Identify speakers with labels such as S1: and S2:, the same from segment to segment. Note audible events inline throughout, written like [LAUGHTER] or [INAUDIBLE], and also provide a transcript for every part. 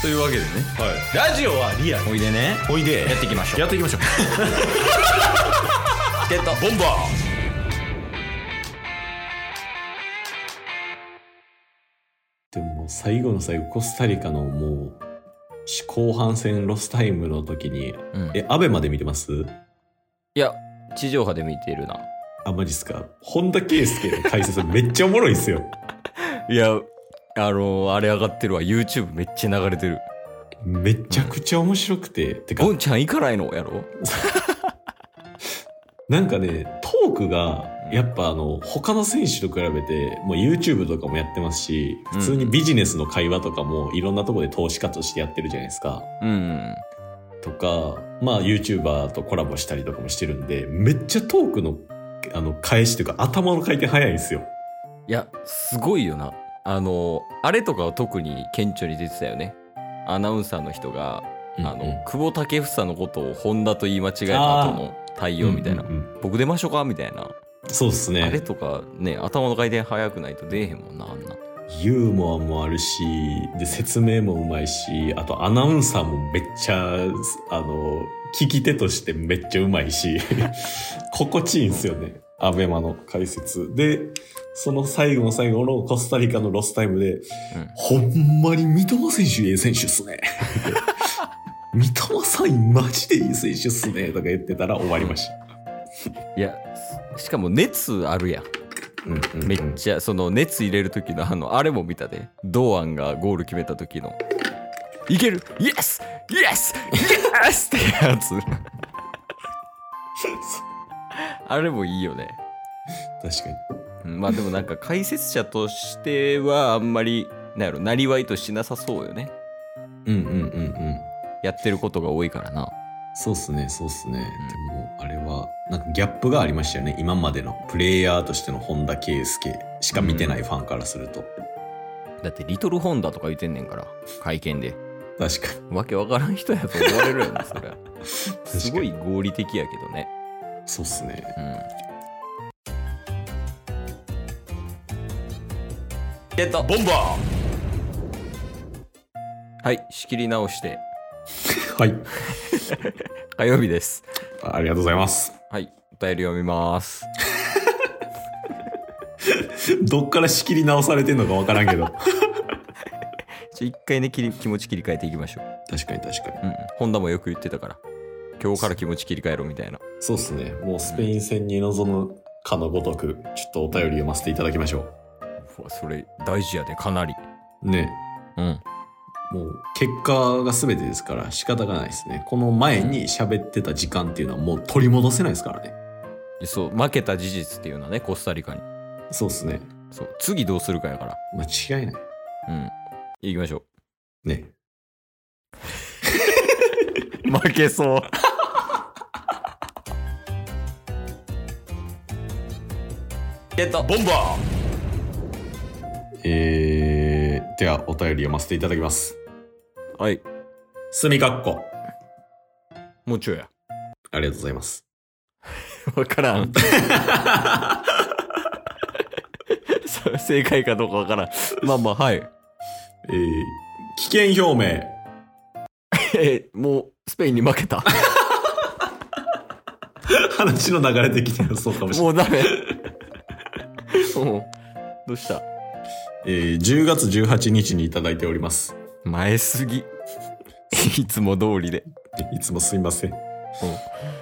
S1: というわけでね
S2: はい、ラジオはリアル
S1: おいでね
S2: おいで
S1: やっていきましょう
S2: やっていきましょう
S1: ゲット
S2: ボンバ
S3: でももう最後の最後コスタリカのもう後半戦ロスタイムの時に
S1: うん
S3: えアベまで見てます
S1: いや地上波で見てるな
S3: あマジっすか本田圭佑の解説めっちゃおもろいっすよ
S1: いやあのあれ上がってるわ YouTube めっちゃ流れてる
S3: めちゃくちゃ面白くててか
S1: ゴンちゃん行かないのやろ
S3: なんかねトークがやっぱあの他の選手と比べてもう YouTube とかもやってますし普通にビジネスの会話とかもいろんなとこで投資家としてやってるじゃないですか
S1: うん
S3: とかまあ YouTuber とコラボしたりとかもしてるんでめっちゃトークのあの返しというか頭の回転早いんですよ
S1: いやすごいよなあのあれとかは特に顕著に出てたよねアナウンサーの人が、あ
S3: うんうん
S1: の久保建英のことを本田と言い間違えた後の対応みたいな、
S3: うんうんうん
S1: 僕出ましょうかみたいな、
S3: そうです
S1: あれ
S3: ね
S1: とかね頭の回転早くないと出えへんもんなあんな
S3: ユーモアもあるしで説明もうまいしあとアナウンサーもめっちゃあの聞き手としてめっちゃうまいし [LAUGHS] 心地いいんですよねアベマの解説でその最後の最後のコスタリカのロスタイムで、ほんまに三笘選手ええ選手っ
S1: [LAUGHS]
S3: すね三笘さんマジでいい選手っすねとか言ってたら終わりました、
S1: いやしかも熱あるやん
S3: うんうんうん
S1: めっちゃその熱入れる時のあのあれも見たで堂安がゴール決めた時の「いけるイエスイエスイエス!」ってやつあれもいいよね
S3: 確かに
S1: うんまあでもなんか解説者としてはあんまりなんやろなりわいとしなさそうよね
S3: うんうんうんうん
S1: やってることが多いからな
S3: そうっすね、そうっすね。
S1: ん
S3: でも、あれは、なんかギャップがありましたよね。今までのプレイヤーとしての本田圭佑しか見てないファンからすると。
S1: だって「リトルホンダ」とか言ってんねんから会見で
S3: 確かに。
S1: わけわからん人やと思われるやんそ
S3: [LAUGHS]
S1: れは
S3: に
S1: すごい合理的やけどね
S3: そうっすね。
S1: ゲット
S2: ーボンバ
S1: はい仕切り直して
S3: はい。
S1: 火曜日です
S3: ありがとうござい [LAUGHS] ます。
S1: はいお便り読みます
S3: どっから仕切り直されてんのかわからんけど。
S1: ちょ一回ね切り気持ち切り替えていきましょう
S3: 確かに確かに。
S1: うん本田もよく言ってたから今日から気持ち切り替えろみたいな
S3: そうっすね。もうスペイン戦に臨むかのごとく、ちょっとお便り読ませていただきましょ
S1: うわそれ大事やでかなり
S3: う。ね。
S1: うん
S3: もう結果が全てですから仕方がないですね。この前に喋ってた時間っていうのはもう取り戻せないですからね。
S1: そう負けた事実っていうのはねコスタリカに
S3: そうっすね。
S1: そう次どうするかやから
S3: 間違いない。
S1: うん行きましょ
S3: ね。
S1: う [LAUGHS] 負けそうゲット
S2: ーボンバ
S3: えー、ではお便り読ませていただきます。
S1: はい
S3: すみかっこ。
S1: もうちょいや
S3: ありがとうございます。
S1: 分からん [LAUGHS] そう正解かどうか分からんまあまあはい
S3: えー、危険表明。
S1: えーもうスペインに負けた
S3: 話の流れ的にはそうかもしれな
S1: もう
S3: い。
S1: ダ [LAUGHS] メもうどうした
S3: えー、10月18日にいただいております。
S1: 前すぎいつも通りで
S3: いつもすいません。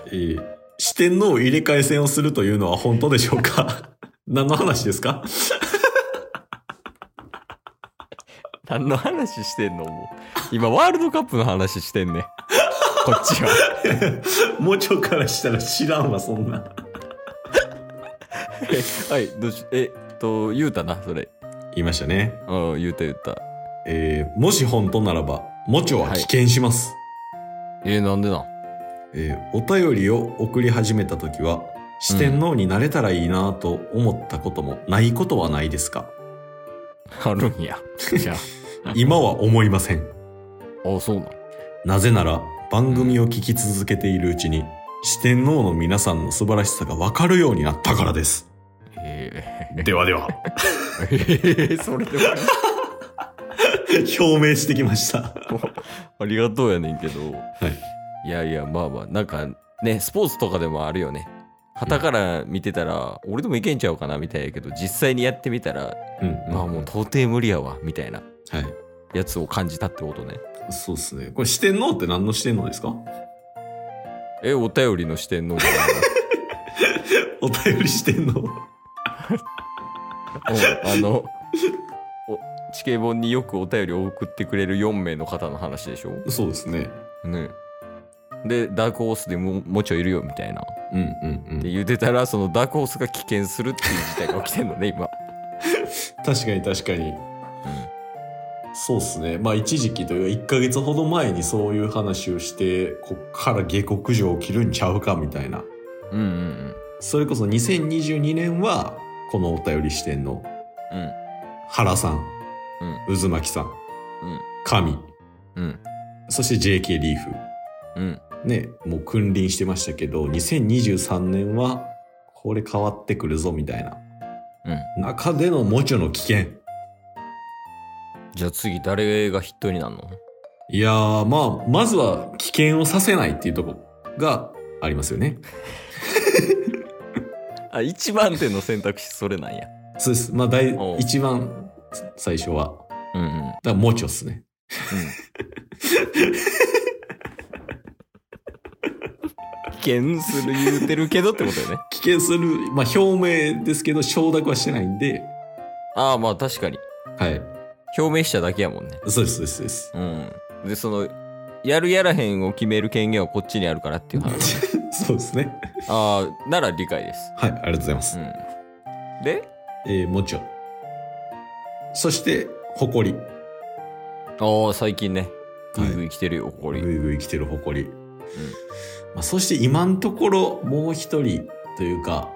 S3: えー、四天王入れ替え戦をするというのは本当でしょうか [LAUGHS] 何の話ですか
S1: 何の話してんのもう今ワールドカップの話してんねこっちは [LAUGHS]
S3: もうちょいからしたら知らんわ、そんな。
S1: えはいどうしえっと言うたなそれ
S3: 言いましたね。
S1: うん言うた言うた
S3: えー、もし本当ならば、もちょは棄権します。
S1: えー、なんでなん
S3: えーお便りを送り始めた時は四天王になれたらいいなと思ったこともないことはないですか、
S1: あるんやじゃ
S3: 今は思いません
S1: [LAUGHS] ああそうなん
S3: なぜなら番組を聞き続けているうちに四天王の皆さんの素晴らしさがわかるようになったからです
S1: え
S3: ではでは
S1: [LAUGHS] ー、それでも
S3: [LAUGHS] 表明してきました。
S1: ありがとうやねんけど、
S3: い
S1: い、やいやまあまあなんかねスポーツとかでもあるよね旗から見てたら、俺でもいけんちゃうかなみたいやけど実際にやってみたら、
S3: うん、
S1: まあもう到底無理やわみたいな
S3: はい。
S1: やつを感じたってことね
S3: そうですね。これ四天王って何の四天王ですか
S1: えお便りの視点のう
S3: [LAUGHS] お便り四天王。
S1: んあのお地形本によくお便りを送ってくれる4名の方の話でしょ
S3: そうですね。
S1: ねでダークホースでももちょいるよみたいな
S3: うんうんう
S1: で
S3: ん。
S1: 言ってたらそのダークホースが棄権するっていう事態が起きてんのね今、
S3: 確かに確かに。そうですね。まあ一時期というか1ヶ月ほど前にそういう話をして、こっから下克上起きるんちゃうかみたいな。
S1: うん、うんうん
S3: それこそ2022年は、このお便り四天王。
S1: うんうん
S3: 原さん、渦巻さん、神、
S1: うん
S3: そして JK リーフ。
S1: うん
S3: ね、もう君臨してましたけど、2023年は、これ変わってくるぞみたいな。
S1: うん
S3: 中でのもちょの危険。
S1: じゃあ次誰がヒットになるの
S3: いやー、まあ、まずは危険をさせないっていうとこがありますよね。
S1: あ一番手の選択肢それなんや
S3: そうです。まあ、第
S1: おう
S3: 一番最初は、
S1: うんうん
S3: だからもちょっすね。
S1: 棄権する言うてるけどってことよね
S3: 危険する、まあ、表明ですけど、承諾はしてないんで、
S1: ああまあ確かに
S3: はい。
S1: 表明しただけやもんね
S3: そうです、そうです、そうです。
S1: うんでそのやるやらへんを決める権限はこっちにあるからっていう [LAUGHS] 話
S3: [LAUGHS] そうですね。
S1: ああなら理解です
S3: はい、ありがとうございます。
S1: うんで
S3: えー、もちょ。そして、ほこり。
S1: ああ最近ねグイグイ来てるよ、ここ
S3: ぐ
S1: に
S3: いぐい来てるほこり。まあ、そして今のところ、もう一人というか、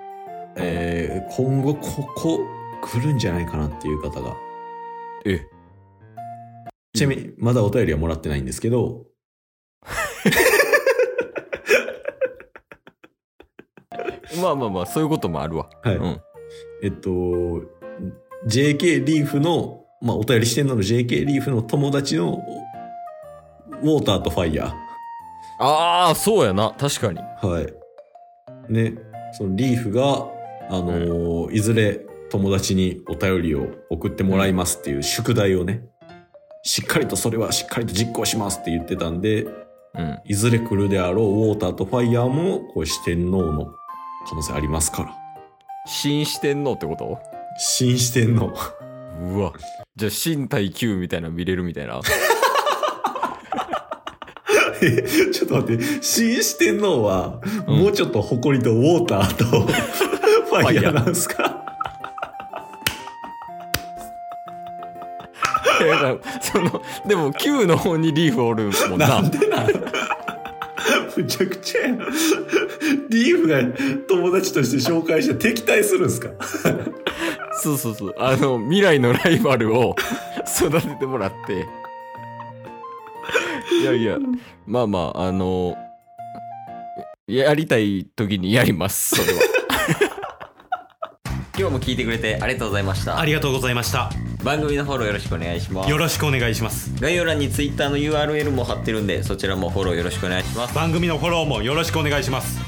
S3: えー、今後ここ来るんじゃないかなっていう方が。
S1: え
S3: ちなみに、まだお便りはもらってないんですけど、
S1: まあまあまあそういうこともあるわ
S3: はい
S1: うん
S3: えっと、JK リーフの、まあ、お便りしてんのの JK リーフの友達の、ウォーターとファイヤー。
S1: ああそうやな確かに
S3: はい。ね、そのリーフが、あのーいずれ友達にお便りを送ってもらいますっていう宿題をね、しっかりとそれはしっかりと実行しますって言ってたんで、
S1: うん
S3: いずれ来るであろうウォーターとファイヤーも、こう四天王の可能性ありますから。
S1: 新四天王ってこと
S3: 新四天王。
S1: うわじゃあ新対9みたいなの見れるみたいな [LAUGHS]
S3: え [LAUGHS] ちょっと待って、新四天王は、
S1: うん
S3: もうちょっと誇りとウォーターとファイヤーなんですか
S1: いやだからそのでも9の方にリーフおるもんな
S3: なんでなん [LAUGHS] むちゃくちゃやんリーフが友達として紹介して敵対するんですか
S1: そうそうそうあの未来のライバルを育ててもらっていやいやまあまああのやりたい時にやりますそれは今日も聞いてくれてありがとうございました
S2: ありがとうございました
S1: 番組のフォローよろしくお願いします
S2: よろしくお願いします
S1: 概要欄に Twitter の URL も貼ってるんでそちらもフォローよろしくお願いします
S2: 番組のフォローもよろしくお願いします